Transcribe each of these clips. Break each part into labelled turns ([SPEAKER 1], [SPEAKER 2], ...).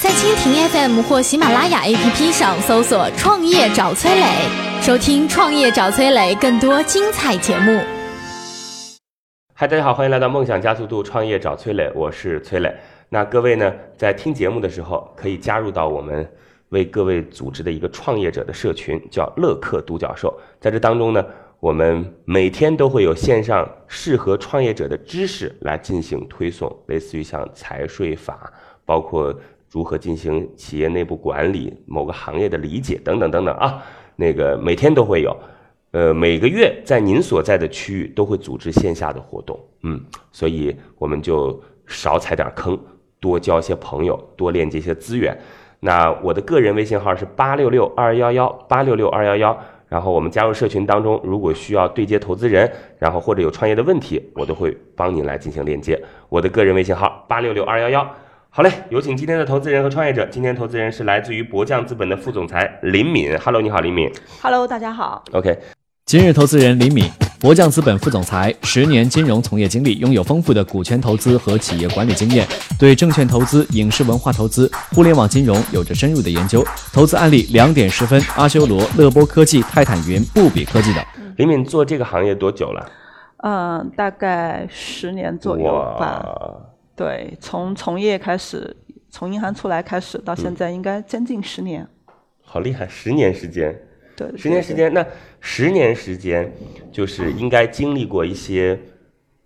[SPEAKER 1] 在蜻蜓 FM 或喜马拉雅 APP 上搜索“创业找崔磊”，收听“创业找崔磊”更多精彩节目。
[SPEAKER 2] 嗨，大家好，欢迎来到梦想加速度创业找崔磊，我是崔磊。那各位呢，在听节目的时候，可以加入到我们为各位组织的一个创业者的社群，叫乐客独角兽。在这当中呢，我们每天都会有线上适合创业者的知识来进行推送，类似于像财税法，包括如何进行企业内部管理、某个行业的理解等等等等啊，那个每天都会有。呃，每个月在您所在的区域都会组织线下的活动，嗯，所以我们就少踩点坑，多交一些朋友，多链接一些资源。那我的个人微信号是八六六二幺幺八六六二幺幺，然后我们加入社群当中，如果需要对接投资人，然后或者有创业的问题，我都会帮您来进行链接。我的个人微信号八六六二幺幺。好嘞，有请今天的投资人和创业者。今天投资人是来自于博匠资本的副总裁林敏。Hello，你好，林敏。
[SPEAKER 3] Hello，大家好。
[SPEAKER 2] OK，
[SPEAKER 4] 今日投资人李敏，博匠资本副总裁，十年金融从业经历，拥有丰富的股权投资和企业管理经验，对证券投资、影视文化投资、互联网金融有着深入的研究。投资案例两点十分：阿修罗、乐波科技、泰坦云、布比科技等。
[SPEAKER 2] 林敏做这个行业多久了？
[SPEAKER 3] 嗯，大概十年左右吧。
[SPEAKER 2] 哇
[SPEAKER 3] 对，从从业开始，从银行出来开始，
[SPEAKER 2] 嗯
[SPEAKER 3] 到现在应该将近十年。
[SPEAKER 2] 好厉害，十年时间，
[SPEAKER 3] 对，
[SPEAKER 2] 十年时间，那十年时间就是应该经历过一些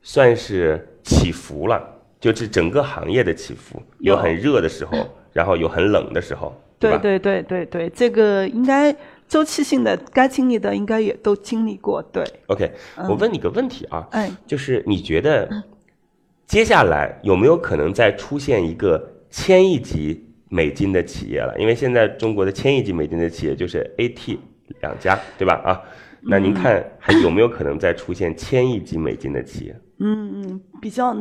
[SPEAKER 2] 算是起伏了，就是整个行业的起伏，有
[SPEAKER 3] 有
[SPEAKER 2] 很热的时候，然后有很冷的时候，
[SPEAKER 3] 对。
[SPEAKER 2] 吧？
[SPEAKER 3] 对对对对对，这个应该周期性的，该经历的应该也都经历过。对，
[SPEAKER 2] OK，我
[SPEAKER 3] 嗯
[SPEAKER 2] 问你个问题啊，
[SPEAKER 3] 哎，
[SPEAKER 2] 就是你觉得
[SPEAKER 3] 嗯
[SPEAKER 2] 接下来有没有可能再出现一个千亿级美金的企业了？因为现在中国的千亿级美金的企业就是 AT 两家，对吧？啊，那您看还有没有可能再出现千亿级美金的企业？
[SPEAKER 3] 比较，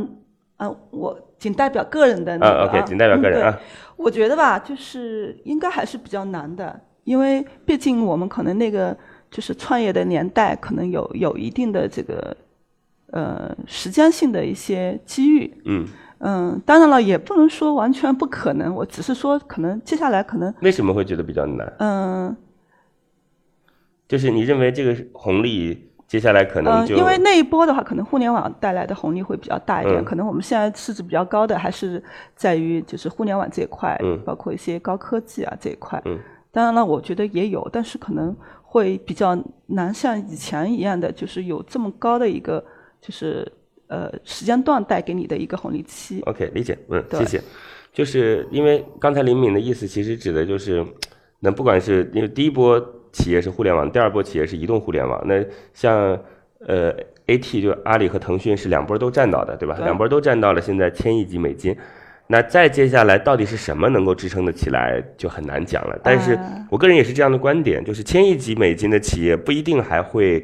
[SPEAKER 3] 啊，我仅代表个人的那个
[SPEAKER 2] 啊，OK，仅代表个人
[SPEAKER 3] 嗯对
[SPEAKER 2] 啊
[SPEAKER 3] 我觉得吧，就是应该还是比较难的，因为毕竟我们可能那个就是创业的年代，可能有有一定的这个呃时间性的一些机遇。
[SPEAKER 2] 嗯，
[SPEAKER 3] 嗯，当然了，也不能说完全不可能，我只是说可能接下来可能
[SPEAKER 2] 为什么会觉得比较难？
[SPEAKER 3] 嗯
[SPEAKER 2] 就是你认为这个红利接下来可能
[SPEAKER 3] 嗯，
[SPEAKER 2] 就
[SPEAKER 3] 因为那一波的话，可能互联网带来的红利会比较大一点。
[SPEAKER 2] 嗯
[SPEAKER 3] 可能我们现在市值比较高的还是在于就是互联网这一块，
[SPEAKER 2] 嗯
[SPEAKER 3] 包括一些高科技啊这一块。
[SPEAKER 2] 嗯
[SPEAKER 3] 当然了，我觉得也有，但是可能会比较难像以前一样的，就是有这么高的一个就是呃时间段带给你的一个红利期。
[SPEAKER 2] OK，理解，嗯，
[SPEAKER 3] 对
[SPEAKER 2] 谢谢。就是因为刚才林敏的意思，其实指的就是，那不管是因为第一波企业是互联网，第二波企业是移动互联网，那像呃 AT 就是阿里和腾讯是两波都占到的，对吧？
[SPEAKER 3] 对
[SPEAKER 2] 两波都占到了现在千亿级美金。那再接下来到底是什么能够支撑得起来，就很难讲了。但是
[SPEAKER 3] 呃
[SPEAKER 2] 我个人也是这样的观点，就是千亿级美金的企业不一定还会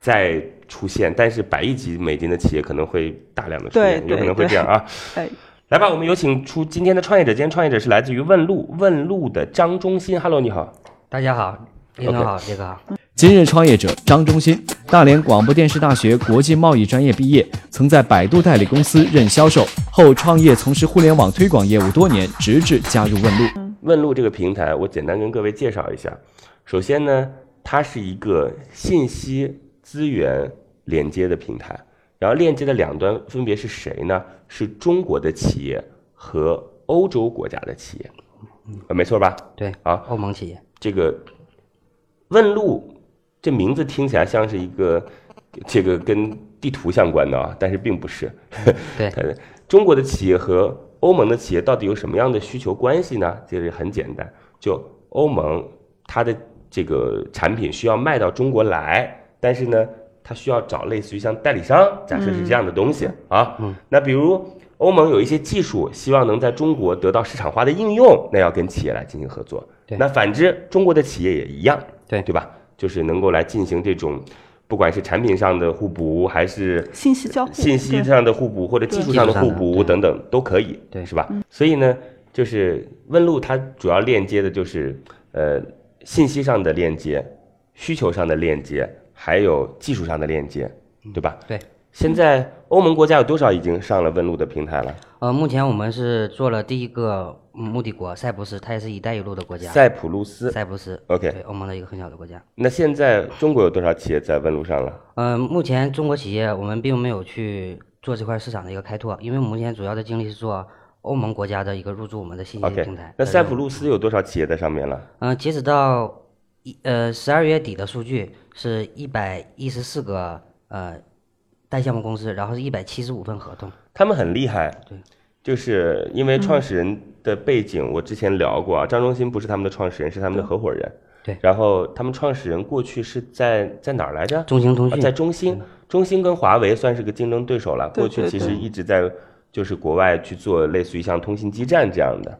[SPEAKER 2] 再出现，但是百亿级美金的企业可能会大量的出
[SPEAKER 3] 对
[SPEAKER 2] 现，有可
[SPEAKER 3] 对
[SPEAKER 2] 能会
[SPEAKER 3] 对
[SPEAKER 2] 这样啊。
[SPEAKER 3] 哎，
[SPEAKER 2] 来吧，我们有请出今天的创业者。今天创业者是来自于问路，问路的张忠新。Hello，你好。
[SPEAKER 5] 大家好，林总好，杰哥好。
[SPEAKER 4] 今日创业者张忠新，大连广播电视大学国际贸易专业毕业，曾在百度代理公司任销售，后创业从事互联网推广业务多年，直至加入问路。
[SPEAKER 2] 问路这个平台，我简单跟各位介绍一下。首先呢，它是一个信息资源连接的平台，然后链接的两端分别是谁呢？是中国的企业和欧洲国家的企业，呃，没错吧？
[SPEAKER 5] 对，
[SPEAKER 2] 啊，
[SPEAKER 5] 欧盟企业，
[SPEAKER 2] 这个问路这名字听起来像是一个这个跟地图相关的啊，但是并不是。
[SPEAKER 5] 对，
[SPEAKER 2] 呃，中国的企业和欧盟的企业到底有什么样的需求关系呢？其实很简单，就欧盟它的这个产品需要卖到中国来，但是呢，它需要找类似于像代理商，假设是这样的东西、啊。
[SPEAKER 5] 嗯
[SPEAKER 2] 那比如欧盟有一些技术，希望能在中国得到市场化的应用，那要跟企业来进行合作。
[SPEAKER 5] 对
[SPEAKER 2] 那反之，中国的企业也一样，
[SPEAKER 5] 对
[SPEAKER 2] 对吧？就是能够来进行这种，不管是产品上的互补，还是
[SPEAKER 3] 信息交互，
[SPEAKER 2] 信息
[SPEAKER 3] 哦对嗯
[SPEAKER 2] 上的互补或者技术上的互补
[SPEAKER 5] 对
[SPEAKER 2] 等等都可以，
[SPEAKER 5] 对
[SPEAKER 2] 是吧？所以呢，就是问路它主要链接的就是呃信息上的链接、需求上的链接，还有技术上的链接，对吧？
[SPEAKER 5] 嗯对。
[SPEAKER 2] 现在欧盟国家有多少已经上了问路的平台了？
[SPEAKER 5] 呃，目前我们是做了第一个嗯目的国塞浦斯，它也是“一带一路”的国家。
[SPEAKER 2] 塞浦路斯。
[SPEAKER 5] 塞浦斯
[SPEAKER 2] OK
[SPEAKER 5] 对欧盟的一个很小的国家。
[SPEAKER 2] 那现在中国有多少企业在问路上了？
[SPEAKER 5] 嗯，目前中国企业我们并没有去做这块市场的一个开拓，因为我们目前主要的精力是做欧盟国家的一个入驻我们的信息
[SPEAKER 2] OK，
[SPEAKER 5] 平台。
[SPEAKER 2] 那
[SPEAKER 5] 呃
[SPEAKER 2] 塞浦路斯有多少企业在上面了？
[SPEAKER 5] 嗯，截止到一呃十二月底的数据是一百一十四个呃单项目公司，然后是一百七十五份合同。
[SPEAKER 2] 他们很厉害，
[SPEAKER 5] 对，嗯
[SPEAKER 2] 就是因为创始人的背景，我之前聊过啊，张忠新不是他们的创始人，是他们的合伙人。
[SPEAKER 5] 对
[SPEAKER 2] 然后他们创始人过去是在在哪儿来着？
[SPEAKER 5] 中嗯兴通
[SPEAKER 2] 啊
[SPEAKER 5] 讯、
[SPEAKER 2] 在中兴，中兴跟华为算是个竞争对手了。
[SPEAKER 3] 对
[SPEAKER 2] 过去
[SPEAKER 3] 对
[SPEAKER 2] 其
[SPEAKER 3] 对
[SPEAKER 2] 实一直在就是国外去做类似于像通信基站这样的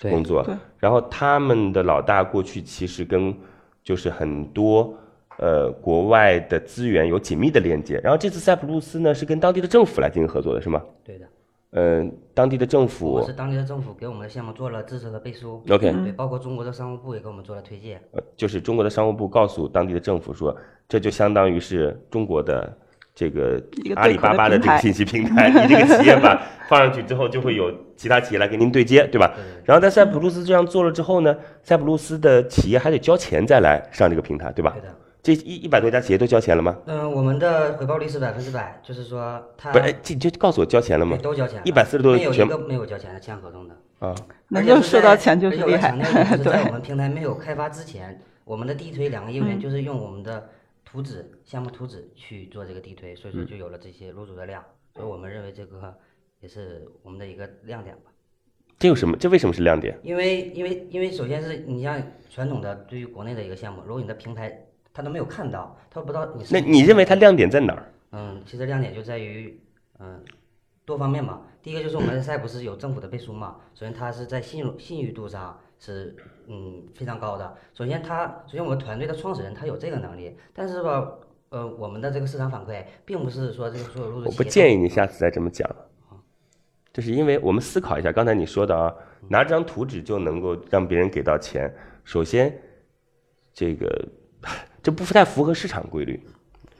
[SPEAKER 5] 对
[SPEAKER 2] 工作
[SPEAKER 3] 对。
[SPEAKER 2] 然后他们的老大过去其实跟就是很多呃国外的资源有紧密的连接。然后这次塞浦路斯呢是跟当地的政府来进行合作的，是吗？
[SPEAKER 5] 对的，
[SPEAKER 2] 嗯，当地的政
[SPEAKER 5] 我
[SPEAKER 2] 府
[SPEAKER 5] 是当地的政府给我们的项目做了支持和背书。
[SPEAKER 2] OK
[SPEAKER 5] 对，包括中国的商务部也给我们做了推荐。
[SPEAKER 2] 呃就是中国的商务部告诉当地的政府说，这就相当于是中国的这个
[SPEAKER 3] 一个对口的
[SPEAKER 2] 阿里巴巴的这
[SPEAKER 3] 平
[SPEAKER 2] 个
[SPEAKER 3] 台
[SPEAKER 2] 信息平台，你这个企业把放上去之后，就会有其他企业来给您对接，对吧？然后在塞浦路斯这样做了之后呢，塞浦路斯的企业还得交钱再来上这个平台，对吧
[SPEAKER 5] 对？的，
[SPEAKER 2] 这一一百多家企业都交钱了吗？
[SPEAKER 5] 嗯、我们的回报率是百分之百，就是说它
[SPEAKER 2] 不是，哎这你就告诉我交钱了吗
[SPEAKER 5] 啊对？都交钱了，
[SPEAKER 2] 140多
[SPEAKER 5] 没有一
[SPEAKER 2] 全
[SPEAKER 5] 个没有交钱的签合同的。
[SPEAKER 2] 啊，
[SPEAKER 3] 能
[SPEAKER 5] 而且
[SPEAKER 3] 够
[SPEAKER 5] 是
[SPEAKER 3] 收
[SPEAKER 5] 在
[SPEAKER 3] 到钱就是厉害
[SPEAKER 5] 而且我要强调一点就，是在我
[SPEAKER 3] 对，嗯
[SPEAKER 5] 们平台没有开发之前，我们的地推两个亿元就是用我们的图纸项目图纸去做这个地推，所以
[SPEAKER 2] 嗯
[SPEAKER 5] 说就有了这些入驻的量，所以我们认为这个也是我们的一个亮点吧。
[SPEAKER 2] 这有什么？这为什么是亮点？
[SPEAKER 5] 因为因为因为首先是你像传统的对于国内的一个项目，如果你的平台他都没有看到，他都不知道你是
[SPEAKER 2] 那你认为它亮点在哪儿？
[SPEAKER 5] 嗯，其实亮点就在于，嗯，多方面嘛。第一个就是我们在塞浦斯有政府的背书嘛，首先它是在信用信誉度上是嗯非常高的。首先它，首先我们团队的创始人他有这个能力，但是吧，呃，我们的这个市场反馈并不是说这个所有入驻
[SPEAKER 2] 我
[SPEAKER 5] 企
[SPEAKER 2] 不
[SPEAKER 5] 业
[SPEAKER 2] 建
[SPEAKER 5] 都
[SPEAKER 2] 议你下次再这么讲，就是因为我们思考一下刚才你说的啊，拿张图纸就能够让别人给到钱，首先这个这不太符合市场规律，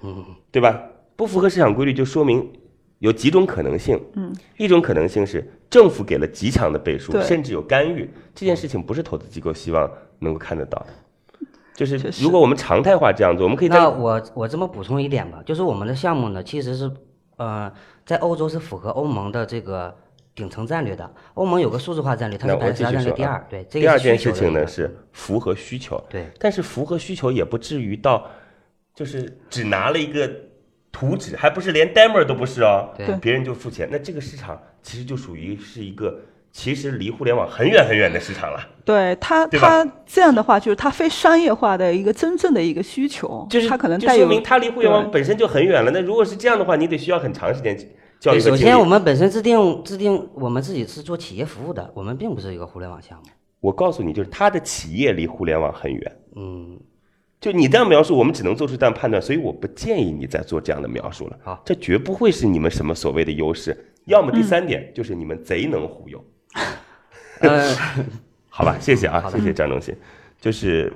[SPEAKER 2] 嗯，对吧？不符合市场规律就说明有几种可能性，嗯，一种可能性是政府给了极强的背书，
[SPEAKER 3] 对
[SPEAKER 2] 甚至有干预，这件事情不是投资机构希望能够看得到的。就是
[SPEAKER 3] 确实
[SPEAKER 2] 如果我们常态化这样做，我们可以在
[SPEAKER 5] 那我我这么补充一点吧，就是我们的项目呢，其实是，呃，在欧洲是符合欧盟的这个顶层战略的。欧盟有个数字化战略，它
[SPEAKER 2] 那
[SPEAKER 5] 是
[SPEAKER 2] 我
[SPEAKER 5] 白
[SPEAKER 2] 继
[SPEAKER 5] 十大
[SPEAKER 2] 续
[SPEAKER 5] 战略
[SPEAKER 2] 说
[SPEAKER 5] 第
[SPEAKER 2] 啊
[SPEAKER 5] 二，对，这个
[SPEAKER 2] 第二
[SPEAKER 5] 是
[SPEAKER 2] 件事
[SPEAKER 5] 需求的
[SPEAKER 2] 情
[SPEAKER 5] 一
[SPEAKER 2] 呢
[SPEAKER 5] 个
[SPEAKER 2] 是符合需求，
[SPEAKER 5] 对
[SPEAKER 2] 但是符合需求也不至于到，就是只拿了一个图纸，还不是连 demo 都不是哦，
[SPEAKER 5] 对对
[SPEAKER 2] 别人就付钱。那这个市场其实就属于是一个，其实离互联网很远很远的市场了。
[SPEAKER 3] 对他
[SPEAKER 2] 对吧
[SPEAKER 3] 他这样的话，就是他非商业化的一个真正的一个需求，
[SPEAKER 2] 就是
[SPEAKER 3] 他可能
[SPEAKER 2] 就
[SPEAKER 3] 带
[SPEAKER 2] 说
[SPEAKER 3] 有
[SPEAKER 2] 明它离互联网
[SPEAKER 3] 对
[SPEAKER 2] 本身就很远了。那如果是这样的话，你得需要很长时间教育
[SPEAKER 5] 对，
[SPEAKER 2] 和
[SPEAKER 5] 首
[SPEAKER 2] 经历
[SPEAKER 5] 先我们本身制定制定，我们自己是做企业服务的，我们并不是一个互联网项目。
[SPEAKER 2] 我告诉你，就是它的企业离互联网很远。
[SPEAKER 5] 嗯，
[SPEAKER 2] 就你这样描述，我们只能做出这样判断，所以我不建议你再做这样的描述了。
[SPEAKER 5] 好
[SPEAKER 2] 这绝不会是你们什么所谓的优势。要么第三点、就是你们贼能忽悠，
[SPEAKER 5] 呃，
[SPEAKER 2] 好吧？谢谢啊
[SPEAKER 5] 好，的
[SPEAKER 2] 谢谢张忠新。就是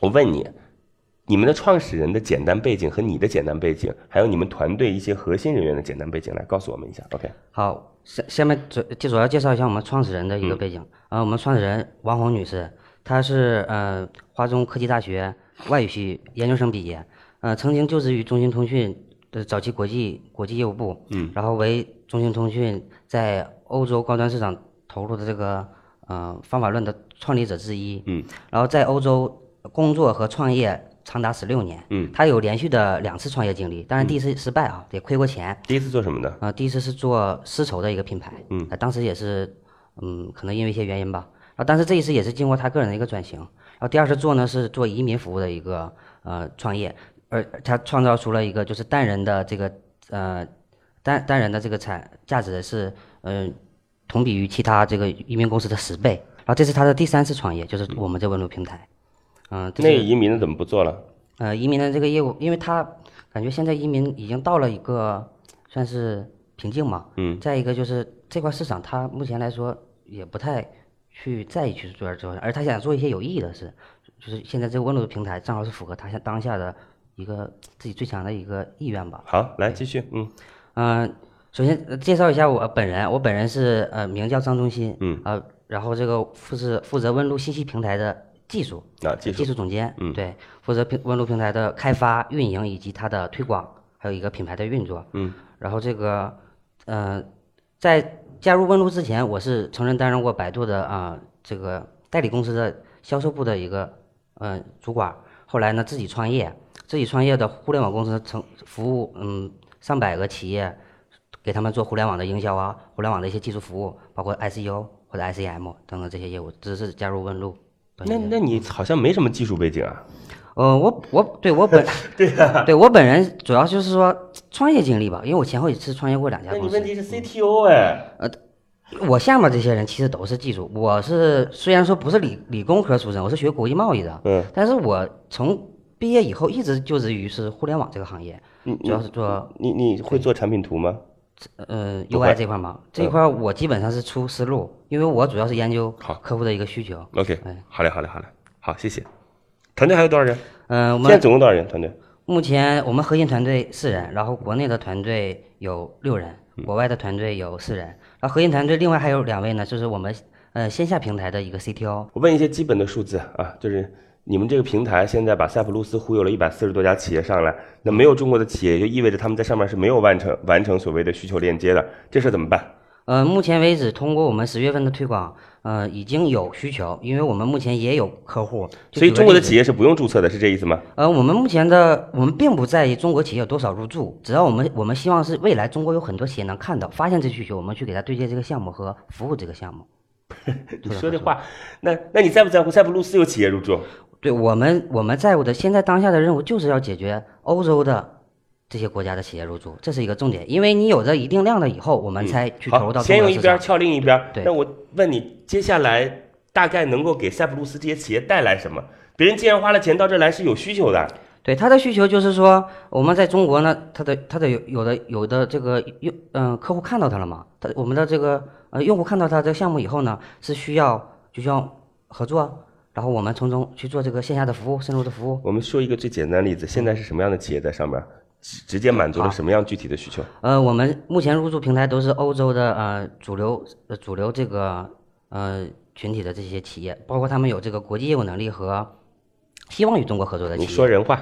[SPEAKER 2] 我问你，你们的创始人的简单背景和你的简单背景，还有你们团队一些核心人员的简单背景，来告诉我们一下。OK，
[SPEAKER 5] 好，下下面主就主要介绍一下我们创始人的一个
[SPEAKER 2] 嗯
[SPEAKER 5] 背景。啊、我们创始人王红女士，她是呃华中科技大学外语系研究生毕业，呃，曾经就职于中兴通讯的早期国际国际业务部，嗯，然后为中兴通讯在欧洲高端市场投入的这个呃方法论的创立者之一，
[SPEAKER 2] 嗯，
[SPEAKER 5] 然后在欧洲工作和创业长达十六年，
[SPEAKER 2] 嗯
[SPEAKER 5] 她有连续的两次创业经历，当然第一次失败啊，也亏过钱，
[SPEAKER 2] 第一次做什么的？
[SPEAKER 5] 啊、第一次是做丝绸的一个品牌，
[SPEAKER 2] 嗯
[SPEAKER 5] 啊当时也是，嗯，可能因为一些原因吧，然后但是这一次也是经过他个人的一个转型，然后第二次做呢是做移民服务的一个呃创业，而他创造出了一个就是单人的这个呃单单人的这个产价值是嗯、同比于其他这个移民公司的十倍。然后这是他的第三次创业，就是我们这文旅平台。嗯、这
[SPEAKER 2] 嗯
[SPEAKER 5] 是
[SPEAKER 2] 那移民的怎么不做了？
[SPEAKER 5] 呃，移民的这个业务，因为他感觉现在移民已经到了一个算是瓶颈嘛，
[SPEAKER 2] 嗯
[SPEAKER 5] 再一个就是这块市场，他目前来说也不太去在意去做这块，而他想做一些有意义的事，就是现在这个温度平台正好是符合他现当下的一个自己最强的一个意愿吧。
[SPEAKER 2] 好，来继续，嗯，
[SPEAKER 5] 嗯，首先呃介绍一下我本人，我本人是呃名叫张忠新，
[SPEAKER 2] 嗯
[SPEAKER 5] 呃，然后这个负责负责温度信息平台的技术，
[SPEAKER 2] 啊，技术
[SPEAKER 5] 技术总监，
[SPEAKER 2] 嗯
[SPEAKER 5] 对，负责平温度平台的开发、运营以及它的推广，还有一个品牌的运作，
[SPEAKER 2] 嗯，
[SPEAKER 5] 然后这个，呃，在加入温度之前，我是曾任担任过百度的啊、这个代理公司的销售部的一个呃主管，后来呢自己创业，自己创业的互联网公司曾服务嗯上百个企业，给他们做互联网的营销啊，互联网的一些技术服务，包括 ICU 或者 ICM 等等这些业务，这是加入温度。
[SPEAKER 2] 那那
[SPEAKER 5] 嗯
[SPEAKER 2] 你好像没什么技术背景啊？
[SPEAKER 5] 呃，我我对 我本对、对我本人主要就是说创业经历吧，因为我前后也是创业过两家
[SPEAKER 2] 那
[SPEAKER 5] 公
[SPEAKER 2] 你
[SPEAKER 5] 司。
[SPEAKER 2] 问题是 CTO 哎，
[SPEAKER 5] 我下面这些人其实都是技术，我是虽然说不是理理工科出身，我是学国际贸易的，
[SPEAKER 2] 嗯，
[SPEAKER 5] 但是我从毕业以后一直就职于是互联网这个行业，
[SPEAKER 2] 你
[SPEAKER 5] 主要是做
[SPEAKER 2] 你你会做产品图吗？
[SPEAKER 5] 呃
[SPEAKER 2] 不会嗯
[SPEAKER 5] UI 这块嘛，这块我基本上是出思路，因为我主要是研究
[SPEAKER 2] 好
[SPEAKER 5] 客户的一个需求。
[SPEAKER 2] OK，
[SPEAKER 5] 哎
[SPEAKER 2] 好嘞，好嘞，好嘞，好，谢谢。团队还有多少人？
[SPEAKER 5] 嗯、我
[SPEAKER 2] 现在
[SPEAKER 5] 们
[SPEAKER 2] 总共多少人？团队？
[SPEAKER 5] 目前我们核心团队四人，然后国内的团队有六人，
[SPEAKER 2] 嗯
[SPEAKER 5] 国外的团队有四人，然后核心团队另外还有两位呢，就是我们呃线下平台的一个 CTO，
[SPEAKER 2] 我问一些基本的数字啊，就是你们这个平台现在把塞浦路斯忽悠了一百四十多家企业上来，那没有中国的企业，就意味着他们在上面是没有完成完成所谓的需求链接的，这事儿怎么办？
[SPEAKER 5] 呃，目前为止，通过我们十月份的推广，呃，已经有需求，因为我们目前也有客户。就
[SPEAKER 2] 所以
[SPEAKER 5] 举个
[SPEAKER 2] 中国的
[SPEAKER 5] 例子
[SPEAKER 2] 企业是不用注册的，是这意思吗？
[SPEAKER 5] 呃，我们目前的我们并不在意中国企业有多少入驻，只要我们我们希望是未来中国有很多企业能看到，发现这需求，我们去给他对接这个项目和服务这个项目。
[SPEAKER 2] 你说这话，那那你在不在乎塞浦路斯有企业入驻？
[SPEAKER 5] 对我们我们在乎的现在当下的任务就是要解决欧洲的这些国家的企业入驻，这是一个重点，因为你有着一定量了以后，我们才去投入
[SPEAKER 2] 嗯好，
[SPEAKER 5] 到
[SPEAKER 2] 先
[SPEAKER 5] 中
[SPEAKER 2] 用
[SPEAKER 5] 国的
[SPEAKER 2] 一
[SPEAKER 5] 市
[SPEAKER 2] 边
[SPEAKER 5] 场。
[SPEAKER 2] 撬另一边。
[SPEAKER 5] 对
[SPEAKER 2] 那我问你，接下来大概能够给塞浦路斯这些企业带来什么？别人既然花了钱到这儿来是有需求的，
[SPEAKER 5] 对他的需求就是说，我们在中国呢，他的他的有有的有的这个用嗯、客户看到他了嘛，他我们的这个呃用户看到他这个项目以后呢，是需要就像合作，然后我们从中去做这个线下的服务、深入的服务。
[SPEAKER 2] 我们说一个最简单的例子，现在是什么样的企业在上面，直直接满足了什么样具体的需求？
[SPEAKER 5] 呃，我们目前入驻平台都是欧洲的呃主流呃主流这个呃群体的这些企业，包括他们有这个国际业务能力和希望与中国合作的企
[SPEAKER 2] 你
[SPEAKER 5] 业。
[SPEAKER 2] 说人话，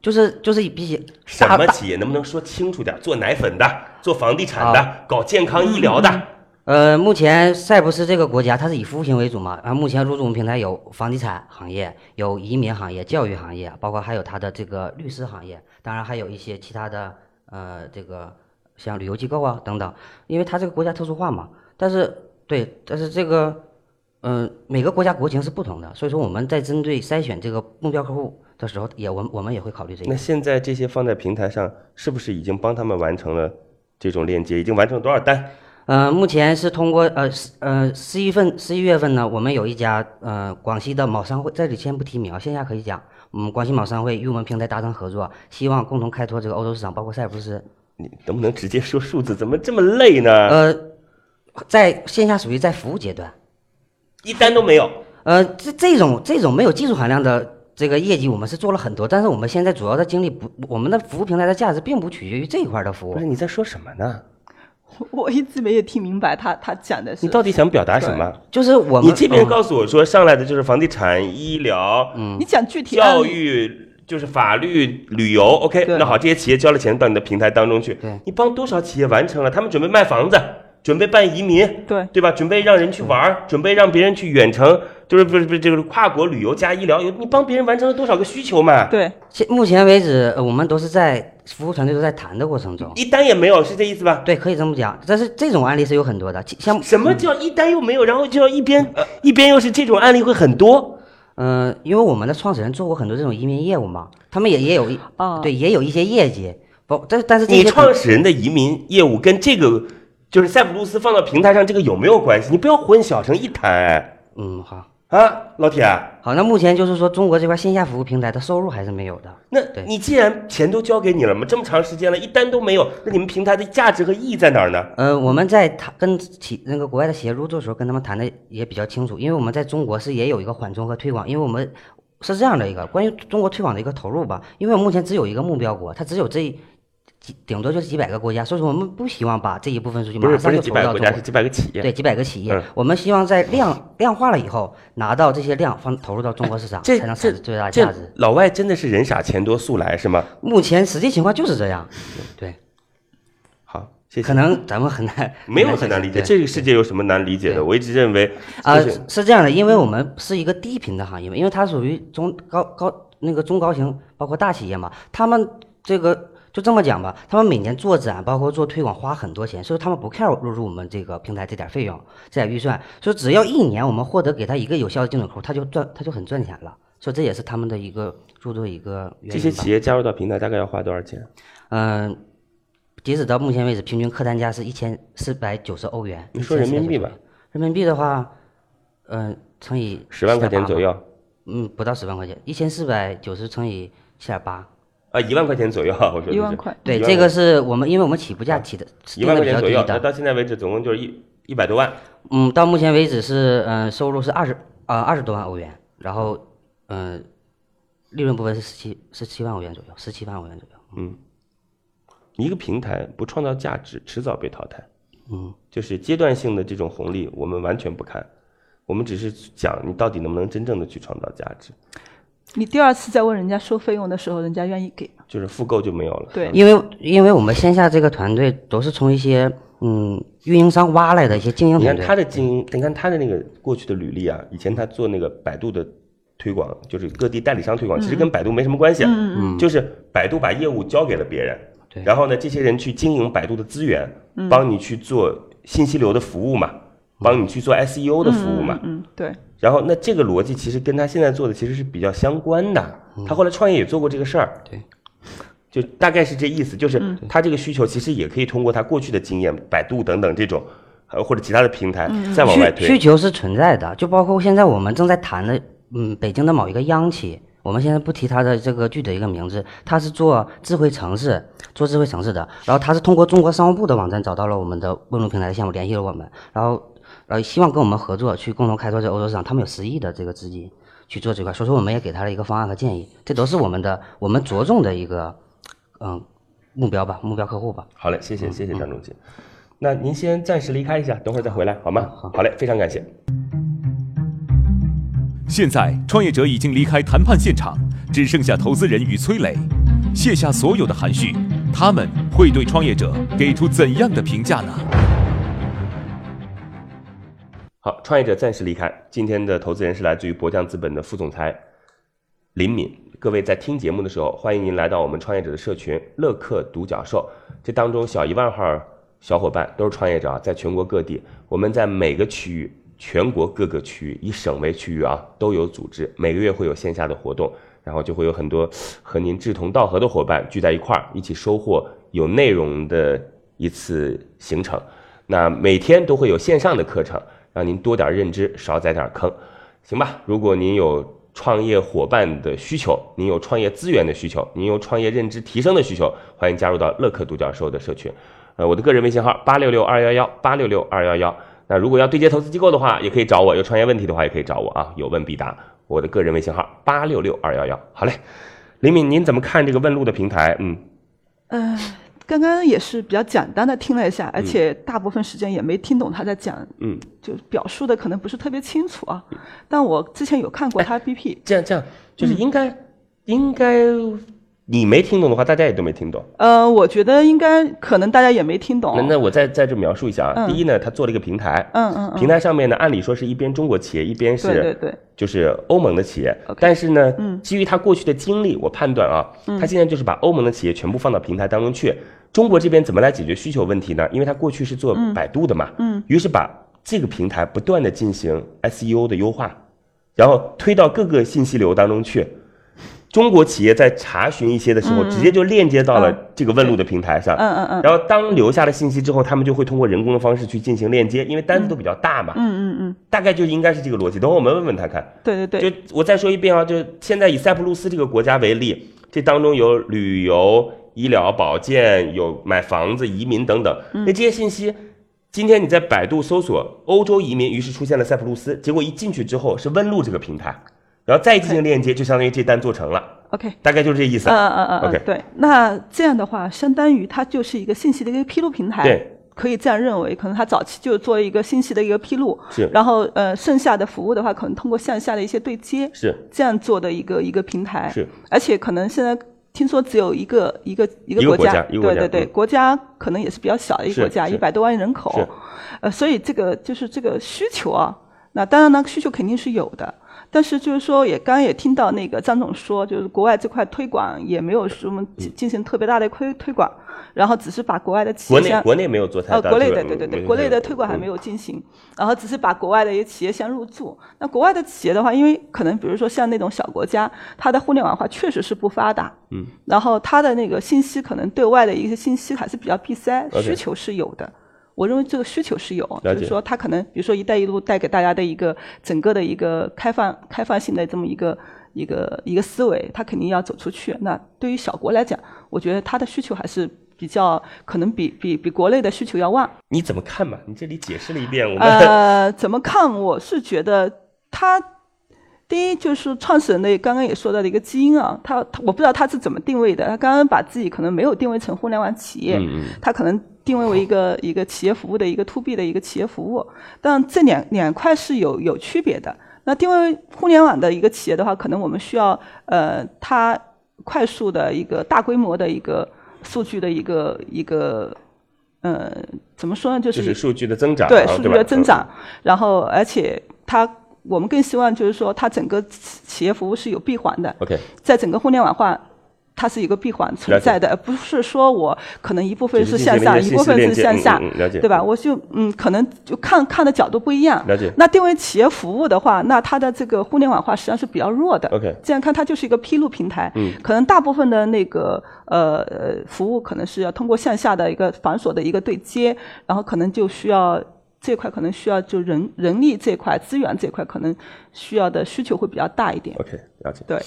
[SPEAKER 5] 就是就是比起
[SPEAKER 2] 什
[SPEAKER 5] 大
[SPEAKER 2] 么
[SPEAKER 5] 大
[SPEAKER 2] 企业能不能说清楚点？做奶粉的，做房地产的，搞健康医疗的，
[SPEAKER 5] 呃，目前塞浦斯这个国家，它是以服务型为主嘛，然后目前入驻我们平台有房地产行业、有移民行业、教育行业，包括还有它的这个律师行业，当然还有一些其他的呃这个像旅游机构啊等等，因为它这个国家特殊化嘛。但是对，但是这个嗯、呃每个国家国情是不同的，所以说我们在针对筛选这个目标客户的时候，也我们我们也会考虑这
[SPEAKER 2] 那
[SPEAKER 5] 个。
[SPEAKER 2] 现在这些放在平台上，是不是已经帮他们完成了这种链接？已经完成了多少单？
[SPEAKER 5] 呃，目前是通过呃十呃十一份十一月份呢，我们有一家呃广西的某商会，这里先不提名，啊线下可以讲，嗯，广西某商会与我们平台达成合作，希望共同开拓这个欧洲市场，包括塞浦斯。
[SPEAKER 2] 你能不能直接说数字？怎么这么累呢？
[SPEAKER 5] 呃，在线下属于在服务阶段，
[SPEAKER 2] 一单都没有。
[SPEAKER 5] 呃，这这种这种没有技术含量的这个业绩，我们是做了很多，但是我们现在主要的精力不，我们的服务平台的价值并不取决于这一块的服务
[SPEAKER 2] 不是。你在说什么呢？
[SPEAKER 3] 我一直没有听明白他他讲的是
[SPEAKER 2] 你到底想表达什么？
[SPEAKER 5] 就是我们
[SPEAKER 2] 你这边
[SPEAKER 5] 嗯
[SPEAKER 2] 告诉我说上来的就是房地产、医疗、
[SPEAKER 3] 你讲具体案
[SPEAKER 2] 教
[SPEAKER 3] 例
[SPEAKER 2] 育，就是法律、旅游。OK，
[SPEAKER 3] 对
[SPEAKER 2] 那好，这些企业交了钱到你的平台当中去
[SPEAKER 5] 对，
[SPEAKER 2] 你帮多少企业完成了？他们准备卖房子，准备办移民，
[SPEAKER 3] 对
[SPEAKER 2] 对吧？准备让人去玩儿，准备让别人去远程，就是不是不是这个跨国旅游加医疗，有你帮别人完成了多少个需求嘛？
[SPEAKER 3] 对
[SPEAKER 5] 现目前为止，呃我们都是在服务团队都在谈的过程中。
[SPEAKER 2] 一单也没有，是这意思吧？
[SPEAKER 5] 对，可以这么讲，但是这种案例是有很多的，其像
[SPEAKER 2] 什么叫一单又没有，然后就要一边、呃一边又是这种案例会很多？
[SPEAKER 5] 嗯、因为我们的创始人做过很多这种移民业务嘛，他们也也有一、
[SPEAKER 3] 哦
[SPEAKER 5] 对也有一些业绩，不，但是但是这
[SPEAKER 2] 你
[SPEAKER 5] 些
[SPEAKER 2] 创始人的移民业务跟这个就是塞浦路斯放到平台上这个有没有关系？你不要混淆成一谈哎
[SPEAKER 5] 嗯好
[SPEAKER 2] 啊，老铁，
[SPEAKER 5] 好，那目前就是说中国这块线下服务平台的收入还是没有的，
[SPEAKER 2] 那
[SPEAKER 5] 对
[SPEAKER 2] 你既然钱都交给你了嘛，这么长时间了，一单都没有，那你们平台的价值和意义在哪儿呢？
[SPEAKER 5] 呃，我们在谈跟企那个国外的企业入驻的时候，跟他们谈的也比较清楚，因为我们在中国是也有一个缓冲和推广，因为我们是这样的一个关于中国推广的一个投入吧，因为我们目前只有一个目标国，它只有这几顶多就是几百个国家，所以说我们不希望把这一部分数据
[SPEAKER 2] 不是
[SPEAKER 5] 马
[SPEAKER 2] 不
[SPEAKER 5] 上
[SPEAKER 2] 是
[SPEAKER 5] 就
[SPEAKER 2] 几
[SPEAKER 5] 投入
[SPEAKER 2] 百个
[SPEAKER 5] 到
[SPEAKER 2] 国
[SPEAKER 5] 中
[SPEAKER 2] 家，
[SPEAKER 5] 国
[SPEAKER 2] 是。几百个企业。
[SPEAKER 5] 对，几百个企业，
[SPEAKER 2] 嗯
[SPEAKER 5] 我们希望在量量化了以后，拿到这些量放投入到中国市场，
[SPEAKER 2] 这
[SPEAKER 5] 才能
[SPEAKER 2] 这
[SPEAKER 5] 产生最大的
[SPEAKER 2] 这
[SPEAKER 5] 价值。
[SPEAKER 2] 老外真的是人傻钱多速来是吗？
[SPEAKER 5] 目前实际情况就是这样，对，
[SPEAKER 2] 好，谢谢
[SPEAKER 5] 可。能咱们很难，
[SPEAKER 2] 没有很难理解，
[SPEAKER 5] 对
[SPEAKER 2] 这个世界有什么难理解的？
[SPEAKER 5] 对
[SPEAKER 2] 我一直认为，
[SPEAKER 5] 啊、
[SPEAKER 2] 就是
[SPEAKER 5] 是这样的，因为我们是一个低频的行业嘛，因为它属于中高高那个中高型，包括大企业嘛，他们这个就这么讲吧，他们每年做展，包括做推广，花很多钱，所以他们不 care 入驻我们这个平台这点费用、这点预算，所以只要一年我们获得给他一个有效的精准客户，他就赚，他就很赚钱了。所以这也是他们的一个入驻的一个原因吧。
[SPEAKER 2] 这些企业加入到平台大概要花多少钱？
[SPEAKER 5] 嗯、截止到目前为止，平均客单价是一千四百九十欧元。
[SPEAKER 2] 你说人民币吧
[SPEAKER 5] 1490，人民币的话，嗯、乘以
[SPEAKER 2] 十万块钱左
[SPEAKER 5] 右。
[SPEAKER 2] 右
[SPEAKER 5] 嗯，不到十万块钱，一千四百九十乘以七点八，
[SPEAKER 2] 啊，一万块钱左右，我说的是
[SPEAKER 3] 一万块，
[SPEAKER 5] 对，
[SPEAKER 2] 10,000
[SPEAKER 5] 这个是我们，因为我们起步价起的
[SPEAKER 2] 啊一
[SPEAKER 5] 定
[SPEAKER 2] 万
[SPEAKER 5] 的
[SPEAKER 2] 块
[SPEAKER 5] 比
[SPEAKER 2] 钱
[SPEAKER 5] 较
[SPEAKER 2] 左
[SPEAKER 5] 低
[SPEAKER 2] 右。那
[SPEAKER 5] 的，
[SPEAKER 2] 到现在为止，总共就是一一百多万。
[SPEAKER 5] 嗯，到目前为止是嗯、呃收入是二十啊二十多万欧元，然后嗯、呃利润部分是十七十七万欧元左右，十七万欧元左右，
[SPEAKER 2] 你一个平台不创造价值，迟早被淘汰。
[SPEAKER 5] 嗯，
[SPEAKER 2] 就是阶段性的这种红利，我们完全不看，我们只是讲你到底能不能真正的去创造价值，
[SPEAKER 3] 你第二次再问人家收费用的时候，人家愿意给吗？
[SPEAKER 2] 就是复购就没有了。
[SPEAKER 3] 对
[SPEAKER 5] 因为因为我们线下这个团队都是从一些嗯运营商挖来的一些经营
[SPEAKER 2] 你看
[SPEAKER 5] 团队，
[SPEAKER 2] 他的经营，你看他的那个过去的履历啊，以前他做那个百度的推广，就是各地代理商推广，其实跟百度没什么关系，嗯嗯，就是百度把业务交给了别人，
[SPEAKER 5] 对
[SPEAKER 2] 然后呢，这些人去经营百度的资源，帮你去做信息流的服务嘛，帮你去做 SEO 的服务嘛，
[SPEAKER 3] 嗯，对，
[SPEAKER 2] 然后那这个逻辑其实跟他现在做的其实是比较相关的。他后来创业也做过这个事儿，
[SPEAKER 5] 对，
[SPEAKER 2] 就大概是这意思，就是他这个需求其实也可以通过他过去的经验，百度等等这种，呃或者其他的平台再往外
[SPEAKER 5] 需需
[SPEAKER 2] 推。
[SPEAKER 5] 求是存在的，就包括现在我们正在谈的，嗯，北京的某一个央企，我们现在不提它的这个具体的一个名字，它是做智慧城市，做智慧城市的，然后它是通过中国商务部的网站找到了我们的问路平台的项目，联系了我们，然后呃希望跟我们合作去共同开拓这欧洲市场，他们有十亿的这个资金去做这块，所以说我们也给他了一个方案和建议，这都是我们的我们着重的一个嗯目标吧，目标客户吧。
[SPEAKER 2] 好嘞，谢谢谢谢张仲景。那您先暂时离开一下，等会儿再回来好吗？好嘞，非常感谢。
[SPEAKER 6] 现在，创业者已经离开谈判现场，只剩下投资人与崔磊，卸下所有的含蓄，他们会对创业者给出怎样的评价呢？
[SPEAKER 2] 好，创业者暂时离开。今天的投资人是来自于博匠资本的副总裁林敏。各位在听节目的时候，欢迎您来到我们创业者的社群“乐客独角兽”。这当中小一万号小伙伴都是创业者啊，在全国各地，我们在每个区域、全国各个区域以省为区域啊，都有组织，每个月会有线下的活动，然后就会有很多和您志同道合的伙伴聚在一块儿，一起收获有内容的一次行程。那每天都会有线上的课程，让您多点认知，少踩点坑，行吧？如果您有创业伙伴的需求，您有创业资源的需求，您有创业认知提升的需求，欢迎加入到乐客独角兽的社群。呃，我的个人微信号八六六二幺幺八六六二幺幺。那如果要对接投资机构的话，也可以找我；有创业问题的话，也可以找我啊，有问必答。我的个人微信号八六六二幺幺。好嘞，林敏，您怎么看这个问路的平台？嗯，
[SPEAKER 3] 呃，刚刚也是比较简单的听了一下，而且大部分时间也没听懂他在讲，
[SPEAKER 2] 嗯，
[SPEAKER 3] 就表述的可能不是特别清楚啊。但我之前有看过
[SPEAKER 2] 哎
[SPEAKER 3] 他 BP，
[SPEAKER 2] 这样这样，就是
[SPEAKER 3] 嗯
[SPEAKER 2] 应该、应该，你没听懂的话，大家也都没听懂。
[SPEAKER 3] 呃，我觉得应该可能大家也没听懂
[SPEAKER 2] 那，那我再在这描述一下啊，
[SPEAKER 3] 哦嗯
[SPEAKER 2] 第一呢，他做了一个平台，
[SPEAKER 3] 嗯嗯
[SPEAKER 2] 平台上面呢，按理说是一边中国企业，一边
[SPEAKER 3] 对对
[SPEAKER 2] 是
[SPEAKER 3] 对，
[SPEAKER 2] 就是欧盟的企业
[SPEAKER 3] OK，嗯
[SPEAKER 2] 但是呢，基于他过去的经历，我判断啊，他现在就是把欧盟的企业全部放到平台当中去。中国这边怎么来解决需求问题呢？因为他过去是做
[SPEAKER 3] 嗯
[SPEAKER 2] 百度的嘛，于是把这个平台不断的进行 SEO E 的优化，然后推到各个信息流当中去。中国企业在查询一些的时候，直接就链接到了这个问路的平台上。
[SPEAKER 3] 嗯嗯嗯嗯
[SPEAKER 2] 然后当留下了信息之后，他们就会通过人工的方式去进行链接，因为单子都比较大嘛。
[SPEAKER 3] 嗯嗯嗯，
[SPEAKER 2] 大概就应该是这个逻辑。等会儿我们问问他看。
[SPEAKER 3] 对对对，
[SPEAKER 2] 就我再说一遍啊，就现在以塞浦路斯这个国家为例，这当中有旅游、医疗保健、有买房子、移民等等。
[SPEAKER 3] 嗯
[SPEAKER 2] 那这些信息，今天你在百度搜索欧洲移民，于是出现了塞浦路斯，结果一进去之后是问路这个平台，然后再进行链接，就相当于这单做成了，
[SPEAKER 3] OK。
[SPEAKER 2] 大概就是这意思。
[SPEAKER 3] 嗯嗯嗯嗯
[SPEAKER 2] OK
[SPEAKER 3] 嗯，对。那这样的话，相当于它就是一个信息的一个披露平台。
[SPEAKER 2] 对。
[SPEAKER 3] 可以这样认为，可能它早期就做一个信息的一个披露，
[SPEAKER 2] 是
[SPEAKER 3] 然后呃，剩下的服务的话，可能通过向下的一些对接，
[SPEAKER 2] 是
[SPEAKER 3] 这样做的一个一个平台，
[SPEAKER 2] 是，
[SPEAKER 3] 而且可能现在听说只有一个一个一
[SPEAKER 2] 一
[SPEAKER 3] 个
[SPEAKER 2] 个
[SPEAKER 3] 国
[SPEAKER 2] 国家一个国
[SPEAKER 3] 对
[SPEAKER 2] 家
[SPEAKER 3] 对对，
[SPEAKER 2] 嗯
[SPEAKER 3] 国家可能也是比较小的一
[SPEAKER 2] 是
[SPEAKER 3] 个国家，
[SPEAKER 2] 是
[SPEAKER 3] 一百多万人口
[SPEAKER 2] 是，
[SPEAKER 3] 呃，所以这个就是这个需求啊，那当然呢，需求肯定是有的。但是就是说，也刚刚也听到那个张总说，就是国外这块推广也没有什么
[SPEAKER 2] 嗯
[SPEAKER 3] 进进行特别大的推推广，然后只是把国外的企
[SPEAKER 2] 国
[SPEAKER 3] 业
[SPEAKER 2] 内
[SPEAKER 3] 像
[SPEAKER 2] 国内没有做太
[SPEAKER 3] 呃，
[SPEAKER 2] 大
[SPEAKER 3] 国内
[SPEAKER 2] 这
[SPEAKER 3] 的
[SPEAKER 2] 个
[SPEAKER 3] 对对
[SPEAKER 2] 嗯
[SPEAKER 3] 对，
[SPEAKER 2] 没
[SPEAKER 3] 国内
[SPEAKER 2] 有
[SPEAKER 3] 的推广还
[SPEAKER 2] 嗯
[SPEAKER 3] 没有进行，然后只是把国外的一些企业先入驻。那国外的企业的话，因为可能比如说像那种小国家，它的互联网化确实是不发达，
[SPEAKER 2] 嗯，
[SPEAKER 3] 然后它的那个信息可能对外的一些信息还是比较闭塞，
[SPEAKER 2] OK
[SPEAKER 3] 需求是有的。我认为这个需求是有，
[SPEAKER 2] 了
[SPEAKER 3] 就
[SPEAKER 2] 解
[SPEAKER 3] 是说它可能，比如说“一带一路”带给大家的一个整个的一个开放、开放性的这么一个一个一个思维，它肯定要走出去。那对于小国来讲，我觉得它的需求还是比较可能比比比国内的需求要旺。
[SPEAKER 2] 你怎么看吧？你这里解释了一遍，我们、
[SPEAKER 3] 呃，怎么看？我是觉得他第一就是创始人的刚刚也说到的一个基因啊，他他我不知道他是怎么定位的，他刚刚把自己可能没有定位成互联网企业，
[SPEAKER 2] 嗯嗯
[SPEAKER 3] 他可能定位为 一个一个企业服务的一个 to B 的一个企业服务，但这两两块是有有区别的。那定位互联网的一个企业的话，可能我们需要呃，它快速的一个大规模的一个数据的一个一个呃，怎么说呢，就
[SPEAKER 2] 就是是数据的增长啊，
[SPEAKER 3] 对数据
[SPEAKER 2] 吧
[SPEAKER 3] 的增长
[SPEAKER 2] 嗯，
[SPEAKER 3] 然后而且它我们更希望就是说它整个企企业服务是有闭环的，
[SPEAKER 2] OK，
[SPEAKER 3] 在整个互联网化。它是一个闭环存在的，而不是说我可能一部分
[SPEAKER 2] 只是
[SPEAKER 3] 是向
[SPEAKER 2] 进行了
[SPEAKER 3] 上，
[SPEAKER 2] 一
[SPEAKER 3] 一
[SPEAKER 2] 个
[SPEAKER 3] 部分
[SPEAKER 2] 信
[SPEAKER 3] 是
[SPEAKER 2] 息
[SPEAKER 3] 向
[SPEAKER 2] 链接
[SPEAKER 3] 下，
[SPEAKER 2] 嗯嗯嗯了解
[SPEAKER 3] 对吧？
[SPEAKER 2] 嗯
[SPEAKER 3] 我就嗯，可能就看看的角度不一样。
[SPEAKER 2] 了解
[SPEAKER 3] 那定位企业服务的话，那它的这个互联网化实际上是比较弱的。
[SPEAKER 2] OK
[SPEAKER 3] 这样看它就是一个披露平台。
[SPEAKER 2] 嗯
[SPEAKER 3] 可能大部分的那个呃呃服务可能是要通过向下的一个繁琐的一个对接，然后可能就需要这块可能需要就人人力这块资源这块可能需要的需求会比较大一点。
[SPEAKER 2] OK，了解。
[SPEAKER 3] 对，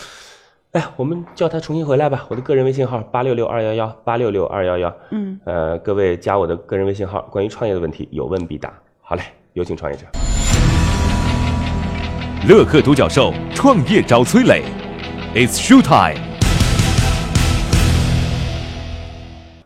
[SPEAKER 2] 哎，我们叫他重新回来吧。我的个人微信号八六六二幺幺八六六二幺幺。
[SPEAKER 3] 嗯，
[SPEAKER 2] 呃，各位加我的个人微信号，关于创业的问题有问必答。好嘞，有请创业者。
[SPEAKER 6] 乐客独角兽创业找崔磊，It's show time。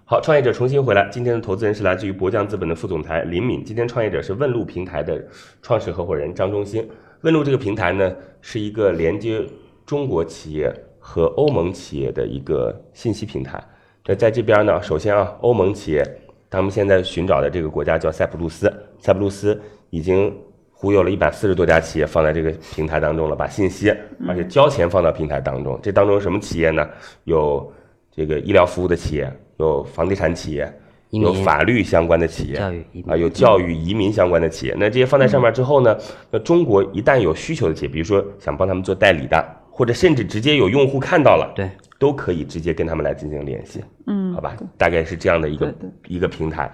[SPEAKER 2] 好，创业者重新回来。今天的投资人是来自于博匠资本的副总裁林敏。今天创业者是问路平台的创始合伙人张忠兴。问路这个平台呢，是一个连接中国企业和欧盟企业的一个信息平台。那在这边呢，首先啊，欧盟企业他们现在寻找的这个国家叫塞浦路斯，塞浦路斯已经忽悠了一百四十多家企业放在这个平台当中了，把信息而且交钱放到平台当中。这当中什么企业呢？有这个医疗服务的企业，有房地产企业，
[SPEAKER 5] 移民
[SPEAKER 2] 有法律相关的企业，
[SPEAKER 5] 教育移民
[SPEAKER 2] 啊，有教育移民相关的企业。那这些放在上面之后呢，那中国一旦有需求的企业，比如说想帮他们做代理的，或者甚至直接有用户看到了，
[SPEAKER 5] 对，
[SPEAKER 2] 都可以直接跟他们来进行联系。嗯，好吧，大概是这样的一个
[SPEAKER 3] 对
[SPEAKER 2] 一个平台。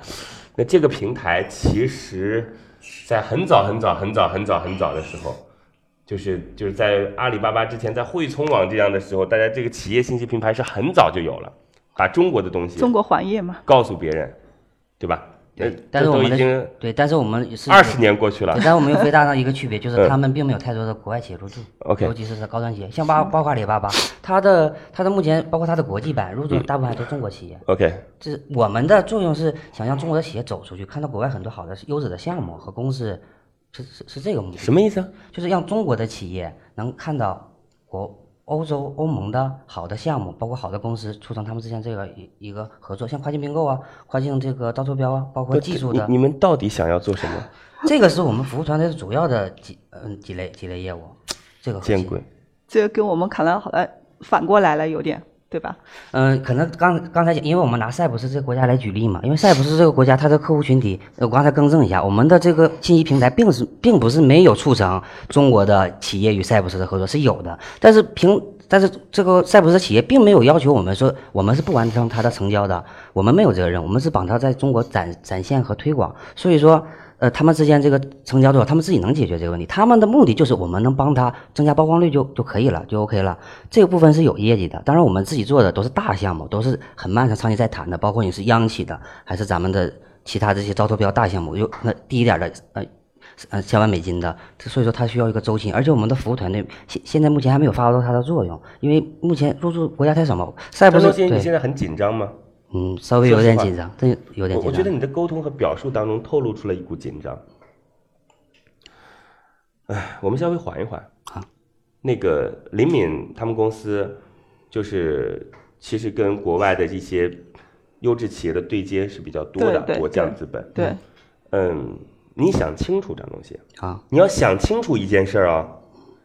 [SPEAKER 2] 那这个平台其实，在很早很早很早很早很早的时候，就是就是在阿里巴巴之前，在汇聪网这样的时候，大家这个企业信息平台是很早就有了，把中国的东西
[SPEAKER 3] 中国环业嘛，
[SPEAKER 2] 告诉别人，对吧？那
[SPEAKER 5] 对，但是
[SPEAKER 2] 这
[SPEAKER 5] 我
[SPEAKER 2] 都
[SPEAKER 5] 们
[SPEAKER 2] 已经
[SPEAKER 5] 的对，但是我们是
[SPEAKER 2] 二十年过去了
[SPEAKER 5] 对，但是我们又回答到一个区别，就
[SPEAKER 2] 嗯
[SPEAKER 5] 是他们并没有太多的国外企业入驻
[SPEAKER 2] OK
[SPEAKER 5] 尤其是在高端企业，像包包括阿里巴巴，它的它的目前包括它的国际版入
[SPEAKER 2] 嗯
[SPEAKER 5] 驻的大部分还都是中国企业。
[SPEAKER 2] OK，
[SPEAKER 5] 这是我们的作用是想让中国的企业走出去，看到国外很多好的优质的项目和公司，是是是这个目的。
[SPEAKER 2] 什么意思啊？
[SPEAKER 5] 就是让中国的企业能看到国欧洲欧盟的好的项目，包括好的公司，促成他们之间这个一一个合作，像跨境并购啊、跨境这个招投标啊，包括技术的
[SPEAKER 2] 你，你们到底想要做什么？
[SPEAKER 5] 这个是我们服务团队主要的几嗯几类几类业务，这个核心
[SPEAKER 2] 见鬼！
[SPEAKER 3] 这个跟我们可能好像反过来了有点。对吧？
[SPEAKER 5] 嗯、可能刚刚才讲，因为我们拿塞浦路斯这个国家来举例嘛，因为塞浦路斯这个国家，它的客户群体，呃我刚才更正一下，我们的这个信息平台并是并不是没有促成中国的企业与塞浦路斯的合作，是有的，但是凭。但是这个塞浦路斯企业并没有要求我们说我们是不完成它的成交的，我们没有责任，我们是帮它在中国展展现和推广。所以说，呃，他们之间这个成交多少，他们自己能解决这个问题。他们的目的就是我们能帮他增加曝光率就就可以了，就 OK 了。这个部分是有业绩的。当然，我们自己做的都是大项目，都是很漫长长期在谈的，包括你是央企的，还是咱们的其他这些招投标大项目，有那低一点的呃。呃，千万美金的，所以说它需要一个周期，而且我们的服务团队现现在目前还没有发挥到它的作用，因为目前入驻国家太少嘛。塞浦
[SPEAKER 2] 张
[SPEAKER 5] 路
[SPEAKER 2] 东
[SPEAKER 5] 斯
[SPEAKER 2] 新，你现
[SPEAKER 5] 对，
[SPEAKER 2] 在很紧张吗？
[SPEAKER 5] 嗯，稍微有点
[SPEAKER 2] 说实话
[SPEAKER 5] 紧张，真有点
[SPEAKER 2] 我
[SPEAKER 5] 紧张。
[SPEAKER 2] 我觉得你的沟通和表述当中透露出了一股紧张。哎，我们稍微缓一缓。
[SPEAKER 5] 好，
[SPEAKER 2] 那个林敏他们公司就是其实跟国外的一些优质企业的对接是比较多
[SPEAKER 3] 对
[SPEAKER 2] 的，
[SPEAKER 3] 对
[SPEAKER 2] 国降资本。
[SPEAKER 3] 对，
[SPEAKER 2] 嗯，你想清楚，张东新，
[SPEAKER 5] 啊，
[SPEAKER 2] 你要想清楚一件事儿啊，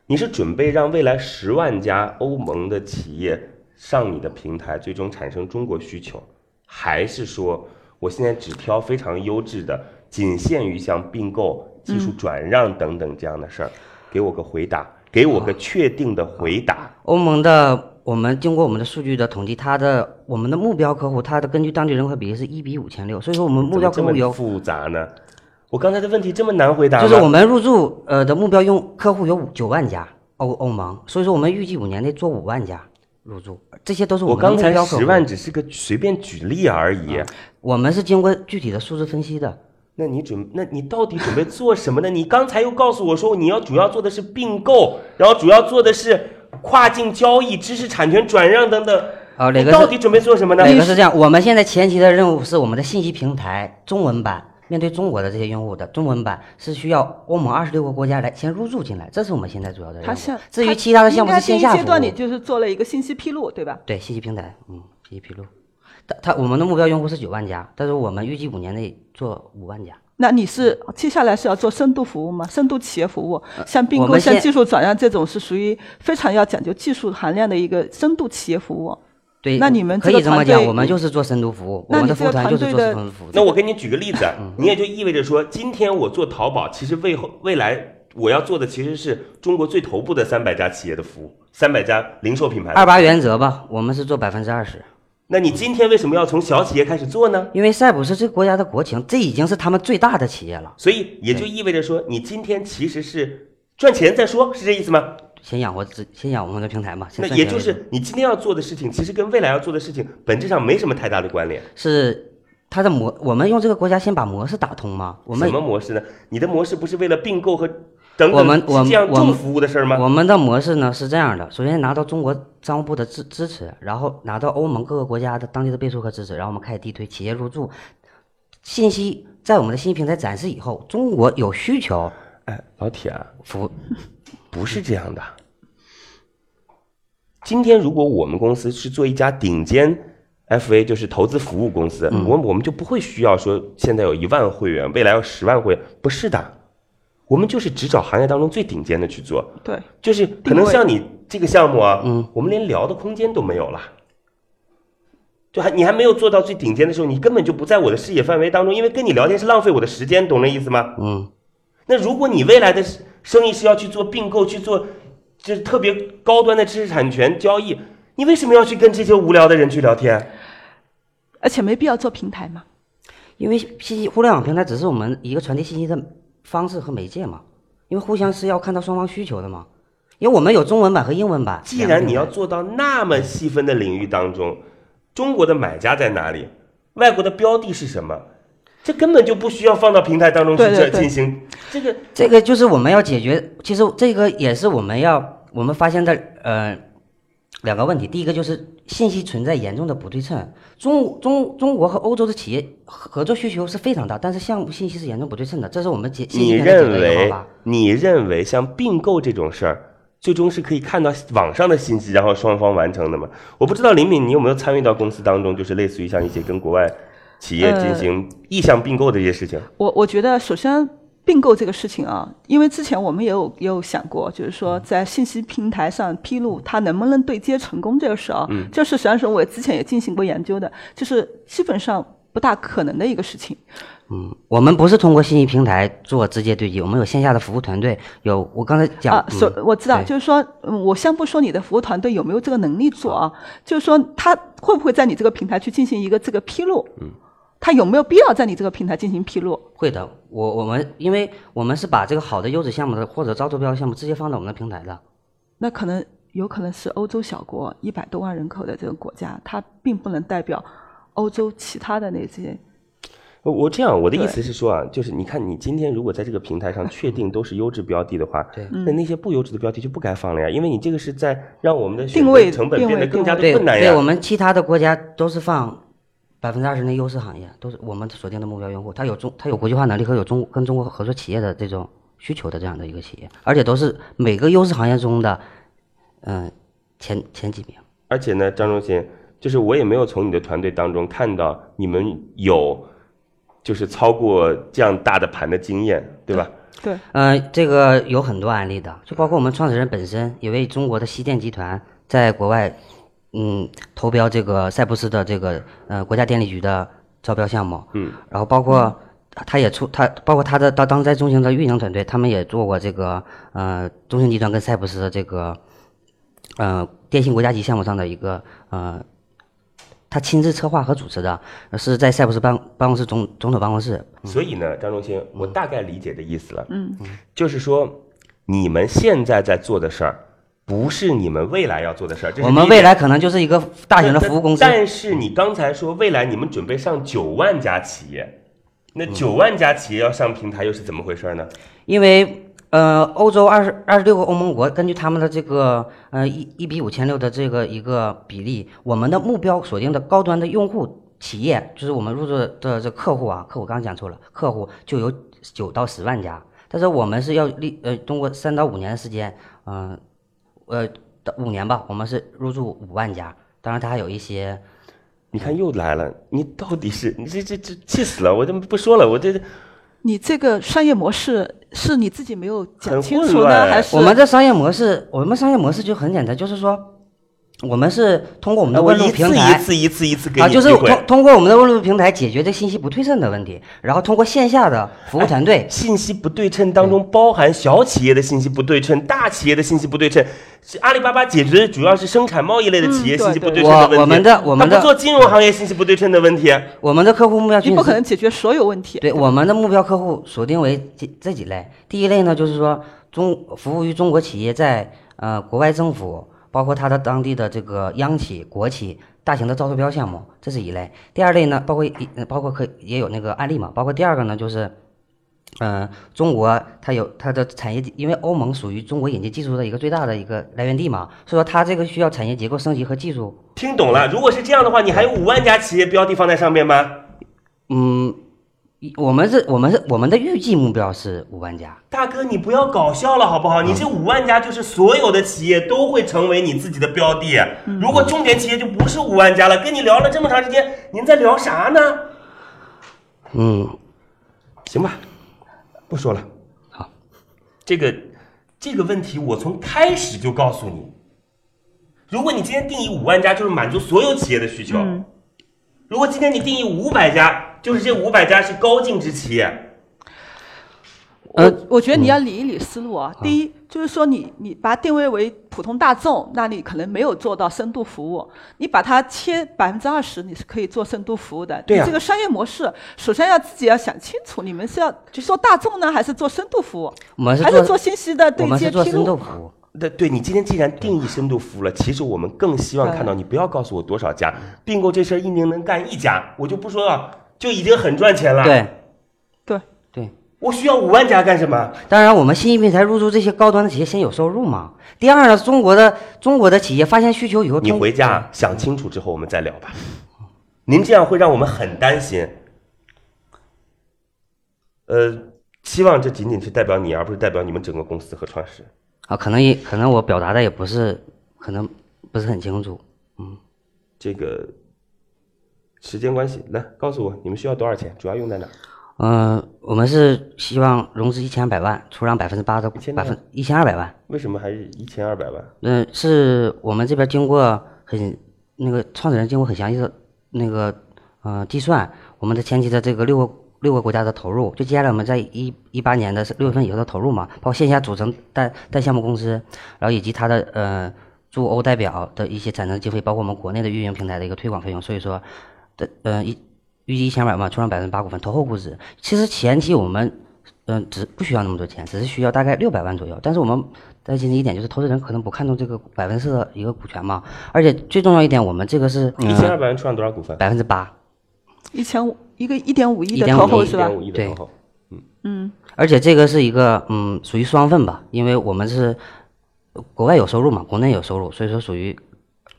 [SPEAKER 2] 你是准备让未来十万家欧盟的企业上你的平台，最终产生中国需求，还是说我现在只挑非常优质的，仅限于像并购、技术转让等等这样的事
[SPEAKER 5] 嗯
[SPEAKER 2] 儿？给我个回答，给我个确定的回答。
[SPEAKER 5] 欧盟的，我们经过我们的数据的统计，它的我们的目标客户，它的根据当地人口比例是一比五千六，所以说我们嗯目
[SPEAKER 2] 怎么
[SPEAKER 5] 标客
[SPEAKER 2] 这
[SPEAKER 5] 户有
[SPEAKER 2] 么，复杂呢？我刚才的问题这么难回答吗？
[SPEAKER 5] 就是我们入驻呃的目标用客户有五九万家欧欧盟，所以说我们预计五年内做五万家入驻，这些都是
[SPEAKER 2] 我
[SPEAKER 5] 们
[SPEAKER 2] 刚
[SPEAKER 5] 目
[SPEAKER 2] 才
[SPEAKER 5] 标啊客户。
[SPEAKER 2] 十万只是个随便举例而已。
[SPEAKER 5] 我们是经过具体的数字分析的，
[SPEAKER 2] 那你准，那你到底准备做什么呢？你刚才又告诉我说你要主要做的是并购，然后主要做的是跨境交易、知识产权转让等等。
[SPEAKER 5] 啊
[SPEAKER 2] 你
[SPEAKER 5] 磊哥
[SPEAKER 2] 到
[SPEAKER 5] 是
[SPEAKER 2] 底准备做什么呢？
[SPEAKER 5] 哎哪个是这样？我们现在前期的任务是我们的信息平台中文版。面对中国的这些用户的中文版是需要欧盟二十六个国家来先入驻进来，这是我们现在主要的任
[SPEAKER 3] 它
[SPEAKER 5] 务
[SPEAKER 3] 现。
[SPEAKER 5] 至
[SPEAKER 3] 它
[SPEAKER 5] 于其他的项目
[SPEAKER 3] 应该第
[SPEAKER 5] 是线
[SPEAKER 3] 一
[SPEAKER 5] 下服务。
[SPEAKER 3] 阶段你就是做了一个信息披露，对吧？
[SPEAKER 5] 对，信息平台，嗯，信息披露。它它我们的目标用户是九万家，但是我们预计五年内做五万家。
[SPEAKER 3] 那你是接下来是要做深度服务吗？深度企业服务，像并
[SPEAKER 5] 呃我
[SPEAKER 3] 购、
[SPEAKER 5] 们
[SPEAKER 3] 像
[SPEAKER 5] 现
[SPEAKER 3] 技术转让这种，是属于非常要讲究技术含量的一个深度企业服务。
[SPEAKER 5] 对，
[SPEAKER 3] 那你们
[SPEAKER 5] 可
[SPEAKER 3] 这个
[SPEAKER 5] 以这么
[SPEAKER 3] 团
[SPEAKER 5] 讲，
[SPEAKER 3] 队
[SPEAKER 5] 我们就是做深度服务，我
[SPEAKER 3] 那
[SPEAKER 5] 们
[SPEAKER 3] 你
[SPEAKER 5] 的
[SPEAKER 3] 这
[SPEAKER 5] 服务
[SPEAKER 3] 个
[SPEAKER 5] 团
[SPEAKER 3] 团
[SPEAKER 5] 就是
[SPEAKER 3] 队
[SPEAKER 5] 做
[SPEAKER 3] 的
[SPEAKER 5] 深度服务。
[SPEAKER 2] 那我给你举个例子，啊
[SPEAKER 5] 嗯
[SPEAKER 2] 你也就意味着说，今天我做淘宝，其实未后未来我要做的其实是中国最头部的三百家企业的服务，三百家零售品牌。
[SPEAKER 5] 二八。原则吧，我们是做百分之二十，
[SPEAKER 2] 那你今天为什么要从小企业开始做呢？
[SPEAKER 5] 因为塞浦路斯这个国家的国情，这已经是他们最大的企业了，
[SPEAKER 2] 所以也就意味着说，你今天其实是赚钱再说，是这意思吗？
[SPEAKER 5] 先养活自，先养活我们的平台嘛。先
[SPEAKER 2] 那
[SPEAKER 5] 赚
[SPEAKER 2] 也
[SPEAKER 5] 钱
[SPEAKER 2] 就
[SPEAKER 5] 为主
[SPEAKER 2] 是你今天要做的事情，其实跟未来要做的事情本质上没什么太大的关联。
[SPEAKER 5] 是它的模，我们用这个国家先把模式打通嘛。我们
[SPEAKER 2] 什么模式呢？你的模式不是为了并购和等等
[SPEAKER 5] 我们我们
[SPEAKER 2] 是这样
[SPEAKER 5] 我
[SPEAKER 2] 重
[SPEAKER 5] 们
[SPEAKER 2] 服务的事儿吗？
[SPEAKER 5] 我们的模式呢是这样的：首先拿到中国商务部的支支持，然后拿到欧盟各个国家的当地的背书和支持，然后我们开始地推企业入驻，信息在我们的信息平台展示以后，中国有需求
[SPEAKER 2] 哎，老铁、啊，
[SPEAKER 5] 服务。
[SPEAKER 2] 不是这样的。今天如果我们公司是做一家顶尖 FA，就是投资服务公司，
[SPEAKER 5] 嗯
[SPEAKER 2] 我我们就不会需要说现在有一万会员，未来要十万会员，不是的，我们就是只找行业当中最顶尖的去做。
[SPEAKER 3] 对，
[SPEAKER 2] 就是可能
[SPEAKER 3] 定位
[SPEAKER 2] 像你这个项目啊，
[SPEAKER 5] 嗯，
[SPEAKER 2] 我们连聊的空间都没有了。就还你还没有做到最顶尖的时候，你根本就不在我的视野范围当中，因为跟你聊天是浪费我的时间，懂这意思吗？
[SPEAKER 5] 嗯，
[SPEAKER 2] 那如果你未来的生意是要去做并购，去做就是特别高端的知识产权交易，你为什么要去跟这些无聊的人去聊天？
[SPEAKER 3] 而且没必要做平台嘛。
[SPEAKER 5] 因为信息互联网平台只是我们一个传递信息的方式和媒介嘛，因为互相是要看到双方需求的嘛。因为我们有中文版和英文版。
[SPEAKER 2] 既然你要
[SPEAKER 5] 两个平台
[SPEAKER 2] 做到那么细分的领域当中，中国的买家在哪里，外国的标的是什么，这根本就不需要放到平台当中去
[SPEAKER 3] 对对
[SPEAKER 2] 这
[SPEAKER 3] 对
[SPEAKER 2] 进行这个。
[SPEAKER 5] 这个就是我们要解决，其实这个也是我们要我们发现的呃两个问题，第一个就是信息存在严重的不对称，中中中国和欧洲的企业合合作需求是非常大，但是项目信息是严重不对称的，这是我们解信
[SPEAKER 2] 你
[SPEAKER 5] 息平台解
[SPEAKER 2] 认
[SPEAKER 5] 决的以后
[SPEAKER 2] 为
[SPEAKER 5] 吧。
[SPEAKER 2] 你认为像并购这种事儿，最终是可以看到网上的信息，然后双方完成的吗？我不知道林敏，你有没有参与到公司当中，就是类似
[SPEAKER 3] 呃
[SPEAKER 2] 于像一些跟国外企业进行意向并购的一些事情？
[SPEAKER 3] 我我觉得首先并购这个事情啊，因为之前我们也有也有想过，就是
[SPEAKER 5] 嗯
[SPEAKER 3] 说在信息平台上披露它能不能对接成功这个事啊，
[SPEAKER 5] 嗯
[SPEAKER 3] 这是实际上是我之前也进行过研究的，就是基本上不大可能的一个事情。
[SPEAKER 5] 嗯，我们不是通过信息平台做直接对接，我们有线下的服务团队，有我刚才讲，
[SPEAKER 3] 啊，所
[SPEAKER 5] 嗯
[SPEAKER 3] 我知道，
[SPEAKER 5] 对
[SPEAKER 3] 就是说，嗯我先不说你的服务团队有没有这个能力做啊，就是说他会不会在你这个平台去进行一个这个披露，嗯，他有没有必要在你这个平台进行披露？
[SPEAKER 5] 会的，我我们因为我们是把这个好的优质项目的或者招投标的项目直接放到我们的平台的，
[SPEAKER 3] 那可能有可能是欧洲小国一百多万人口的这个国家，它并不能代表欧洲其他的那些，
[SPEAKER 2] 我我这样，我的意
[SPEAKER 3] 对
[SPEAKER 2] 思是说啊，就是你看，你今天如果在这个平台上确定都是优质标的的话，
[SPEAKER 5] 对
[SPEAKER 2] 那那些不优质的标的就不该放了呀，因为你这个是在让我们的选
[SPEAKER 3] 定
[SPEAKER 2] 择
[SPEAKER 3] 位
[SPEAKER 2] 成本
[SPEAKER 3] 定
[SPEAKER 2] 变得
[SPEAKER 3] 位
[SPEAKER 2] 更加的
[SPEAKER 5] 对
[SPEAKER 2] 困难呀
[SPEAKER 5] 对，我。们其他的国家都是放百分之二十的优势行业，都是我们锁定的目标用户，他有中他有国际化能力和有中跟中国合作企业的这种需求的这样的一个企业，而且都是每个优势行业中的嗯、前前几名。
[SPEAKER 2] 而且呢，张忠新，就是我也没有从你的团队当中看到你们有就是操过这样大的盘的经验，对吧？
[SPEAKER 3] 对，
[SPEAKER 5] 呃，这个有很多案例的，就包括我们创始人本身也为中国的西电集团在国外，嗯，投标这个塞浦斯的这个呃国家电力局的招标项目，嗯，然后包括他也出他包括他的当当时在中兴的运营团队，他们也做过这个呃中兴集团跟塞浦斯的这个呃电信国家级项目上的一个呃他亲自策划和主持的，是在塞浦斯办办公室总总统办公室，
[SPEAKER 2] 所以呢，张忠新，
[SPEAKER 5] 嗯
[SPEAKER 2] 我大概理解的意思了，嗯，就是说你们现在在做的事儿，不是你们未来要做的事儿，这是
[SPEAKER 5] 我们
[SPEAKER 2] 第一点
[SPEAKER 5] 未来可能就是一个大型的服务公司。
[SPEAKER 2] 但但是你刚才说未来你们准备上九万家企业，那
[SPEAKER 5] 嗯
[SPEAKER 2] 九万家企业要上平台又是怎么回事呢？
[SPEAKER 5] 因为呃，欧洲二十二十六个欧盟国根据他们的这个呃一一比五千六的这个一个比例，我们的目标锁定的高端的用户企业，就是我们入驻的这客户啊，客户刚刚讲错了，客户就有九到十万家，但是我们是要历呃通过三到五年的时间，嗯呃到五年吧，我们是入驻五万家，当然它还有一些
[SPEAKER 2] 你看又来了，你到底是你这这这气死了！我这不说了，我这
[SPEAKER 3] 你这个商业模式是你自己没有讲
[SPEAKER 2] 很
[SPEAKER 3] 清
[SPEAKER 2] 混
[SPEAKER 3] 楚
[SPEAKER 2] 乱
[SPEAKER 3] 呢，还是
[SPEAKER 5] 我们的商业模式，我们商业模式就很简单，就是说，我们是通过我们的
[SPEAKER 2] 我
[SPEAKER 5] 问路
[SPEAKER 2] 一
[SPEAKER 5] 平
[SPEAKER 2] 次
[SPEAKER 5] 台
[SPEAKER 2] 一次一次一次给
[SPEAKER 5] 啊，
[SPEAKER 2] 你
[SPEAKER 5] 就是
[SPEAKER 2] 机会。
[SPEAKER 5] 通通过我们的问路平台解决这信息不对称的问题，然后通过线下的服务 团队，
[SPEAKER 2] 信息不对称当
[SPEAKER 5] 嗯
[SPEAKER 2] 中包含小企业的信息不对称、大企业的信息不对称。是阿里巴巴解决的主要是生产贸易类的企业
[SPEAKER 3] 嗯对
[SPEAKER 2] 信息不对
[SPEAKER 3] 对
[SPEAKER 2] 称的问题，
[SPEAKER 5] 我我们的我们的
[SPEAKER 2] 它不做金融行业信息不对称的问题。啊
[SPEAKER 5] 我们的客户目标群
[SPEAKER 3] 你
[SPEAKER 5] 体
[SPEAKER 3] 不可
[SPEAKER 5] 是
[SPEAKER 3] 能解决所有问题？
[SPEAKER 5] 对我们的目标客户锁定为这这几类。第一类呢，就是说中服务于中国企业在呃国外政府，包括它的当地的这个央企、国企大型的招投标项目，这是一类。第二类呢，包括一呃包括可以也有那个案例嘛，包括第二个呢就是。嗯，中国它有它的产业，因为欧盟属于中国引进技术的一个最大的一个来源地嘛，所以说它这个需要产业结构升级和技术
[SPEAKER 2] 听懂了？如果是这样的话，你还有五万家企业标的放在上面吗？
[SPEAKER 5] 嗯，一我们是我们是我们的预计目标是五万家。
[SPEAKER 2] 大哥，你不要搞笑了好不好？你这五万家就是所有的企业都会成为你自己的标的。如果重点企业就不是五万家了。跟你聊了这么长时间，您在聊啥呢？
[SPEAKER 5] 嗯，
[SPEAKER 2] 行吧，不说了。好，这个这个问题我从开始就告诉你。如果你今天定义五万家，就是满足所有企业的需求；如果今天你定义五百家，就是这五百家是高净值企业。
[SPEAKER 5] 呃嗯
[SPEAKER 3] 我我觉得你要理一理思路啊。第一，就是说你你把它定位为普通大众，那你可能没有做到深度服务。你把它切百分之二十，你是可以做深度服务的。
[SPEAKER 2] 对呀
[SPEAKER 3] 你这个商业模式，首先要自己要想清楚，你们是要就做大众呢，还是做深度服务？
[SPEAKER 5] 我们是
[SPEAKER 3] 还
[SPEAKER 5] 做
[SPEAKER 3] 是做信息的
[SPEAKER 5] 我
[SPEAKER 3] 对
[SPEAKER 5] 们
[SPEAKER 3] 接
[SPEAKER 5] 是做
[SPEAKER 3] 披
[SPEAKER 5] 深度
[SPEAKER 3] 露？
[SPEAKER 5] 服务。
[SPEAKER 2] 对对，你今天既然定义深度服务了，其实我们更希望看到你不要告诉我多少家并购这事儿，一年能干一家，我就不说了，就已经很赚钱了。，
[SPEAKER 5] 对
[SPEAKER 3] 对，
[SPEAKER 5] 对，
[SPEAKER 2] 我需要五万家干什么？
[SPEAKER 5] 当然我们信息平台入驻这些高端的企业，先有收入嘛。第二呢，中国的中国的企业发现需求以后，
[SPEAKER 2] 你
[SPEAKER 5] 通
[SPEAKER 2] 回家想清楚之后，我们再聊吧。您这样会让我们很担心。呃，希望这仅仅是代表你，而不是代表你们整个公司和创始人。
[SPEAKER 5] 啊，可能也可能我表达的也不是，可能不是很清楚。
[SPEAKER 2] 这个时间关系，来告诉我你们需要多少钱，主要用在哪？
[SPEAKER 5] 嗯、我们是希望融资一千二百万，出让百分之八到
[SPEAKER 2] 1200
[SPEAKER 5] 百分一千二百万。
[SPEAKER 2] 为什么还是一千二百万？
[SPEAKER 5] 嗯、是我们这边经过很那个创始人经过很详细的那个呃计算，我们的前期的这个六个六个国家的投入，就接下来我们在一一八年的六月份以后的投入嘛，包括线下组成带带项目公司，然后以及它的呃驻欧代表的一些产生经费，包括我们国内的运营平台的一个推广费用，所以说的呃一预计一千百万，出让百分之八股份，投后估值。其实前期我们嗯、只不需要那么多钱，只是需要大概六百万左右。但是我们担心的一点就是，投资人可能不看重这个百分之四的一个股权嘛，而且最重要一点，我们这个是
[SPEAKER 2] 一千二百万出让多少股份？
[SPEAKER 5] 百分之八，
[SPEAKER 3] 一千五一个一点五亿的
[SPEAKER 5] 1.5
[SPEAKER 3] 投后
[SPEAKER 5] 亿
[SPEAKER 3] 是吧
[SPEAKER 2] 一点？五亿的
[SPEAKER 5] 对
[SPEAKER 2] 投后，
[SPEAKER 3] 嗯，
[SPEAKER 5] 而且这个是一个嗯，属于双份吧，因为我们是呃国外有收入嘛，国内有收入，所以说属于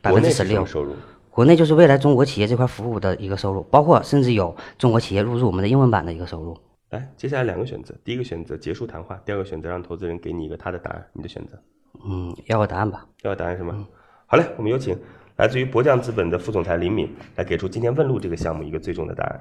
[SPEAKER 5] 百
[SPEAKER 2] 国
[SPEAKER 5] 分
[SPEAKER 2] 内
[SPEAKER 5] 之
[SPEAKER 2] 是
[SPEAKER 5] 十
[SPEAKER 2] 什么
[SPEAKER 5] 六。
[SPEAKER 2] 收入？
[SPEAKER 5] 国内就是未来中国企业这块服务的一个收入，包括甚至有中国企业入驻我们的英文版的一个收入。
[SPEAKER 2] 来，接下来两个选择，第一个选择结束谈话，第二个选择让投资人给你一个他的答案，你的选择
[SPEAKER 5] 嗯，要个答案吧。
[SPEAKER 2] 要有答案是吗？
[SPEAKER 3] 嗯
[SPEAKER 2] 好嘞，我们有请来自于博匠资本的副总裁林敏来给出今天问路这个项目一个最终的答案。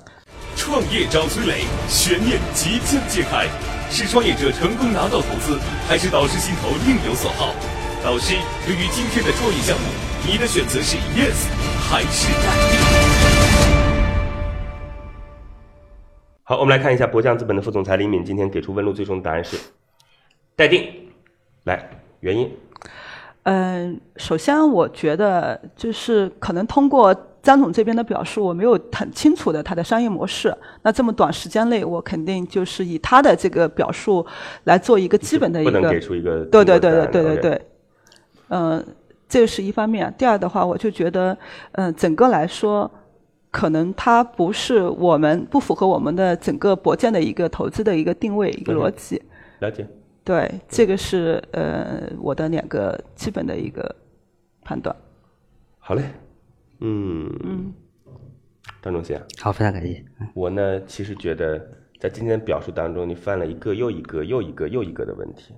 [SPEAKER 6] 创业找崔磊，悬念即将揭开，是创业者成功拿到投资，还是导师心头另有所好？导师，对于今天的创业项目，你的选择是 yes 还是 no？
[SPEAKER 2] 好，我们来看一下博匠资本的副总裁林敏今天给出问路最终的答案是待定。来，原因
[SPEAKER 3] 嗯，首先我觉得就是可能通过张总这边的表述，我没有很清楚的他的商业模式。那这么短时间内，我肯定就是以他的这个表述来做一个基本的一
[SPEAKER 2] 不
[SPEAKER 3] 个
[SPEAKER 2] 能给出一个
[SPEAKER 3] 对对
[SPEAKER 2] 定
[SPEAKER 3] 对
[SPEAKER 2] 论的答
[SPEAKER 3] 对
[SPEAKER 2] 案
[SPEAKER 3] 对对
[SPEAKER 2] OK
[SPEAKER 3] 对，嗯、这是一方面。第二的话，我就觉得，嗯、整个来说，可能它不是我们不符合我们的整个博建的一个投资的一个定位一个
[SPEAKER 2] OK
[SPEAKER 3] 逻辑。
[SPEAKER 2] 了解。
[SPEAKER 3] 对，这个是呃我的两个基本的一个判断。
[SPEAKER 2] 好嘞，嗯嗯，张仲啊贤，
[SPEAKER 5] 好，非常感谢。
[SPEAKER 2] 我呢其实觉得在今天的表述当中，你犯了一个又一个又一个又一个的问题，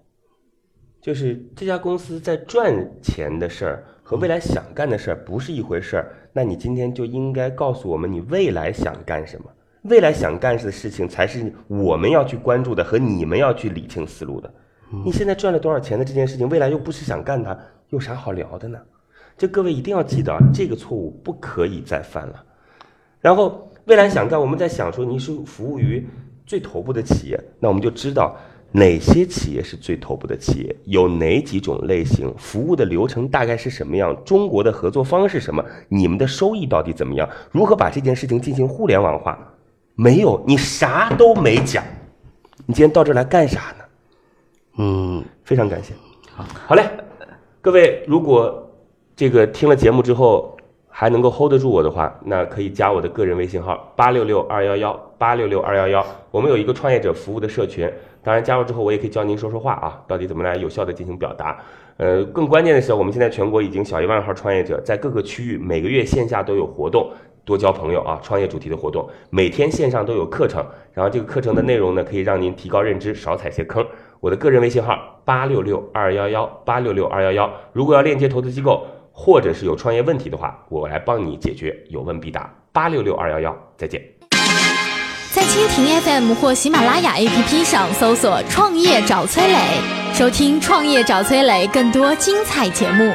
[SPEAKER 2] 就是这家公司在赚钱的事儿和未来想干的事儿不是一回事儿。那你今天就应该告诉我们你未来想干什么。未来想干的事情才是我们要去关注的和你们要去理清思路的。你现在赚了多少钱的这件事情，未来又不是想干它，有啥好聊的呢？这各位一定要记得啊，这个错误不可以再犯了。然后未来想干，我们在想说你是服务于最头部的企业，那我们就知道哪些企业是最头部的企业，有哪几种类型，服务的流程大概是什么样，中国的合作方是什么，你们的收益到底怎么样，如何把这件事情进行互联网化？没有，你啥都没讲，你今天到这儿来干啥呢？
[SPEAKER 5] 嗯，
[SPEAKER 2] 非常感谢。好嘞，各位，如果这个听了节目之后还能够 hold 得住我的话，那可以加我的个人微信号八六六二幺幺八六六二幺幺，我们有一个创业者服务的社群。当然，加入之后我也可以教您说说话啊，到底怎么来有效的进行表达。呃，更关键的是，我们现在全国已经小一万号创业者在各个区域每个月线下都有活动，多交朋友啊，创业主题的活动，每天线上都有课程，然后这个课程的内容呢，可以让您提高认知，少踩些坑。我的个人微信号八六六二幺幺八六六二幺幺，如果要链接投资机构或者是有创业问题的话，我来帮你解决，有问必答。八六六二幺幺，再见。
[SPEAKER 1] 在蜻蜓 FM 或喜马拉雅 APP 上搜索“创业找崔磊”，收听“创业找崔磊”更多精彩节目。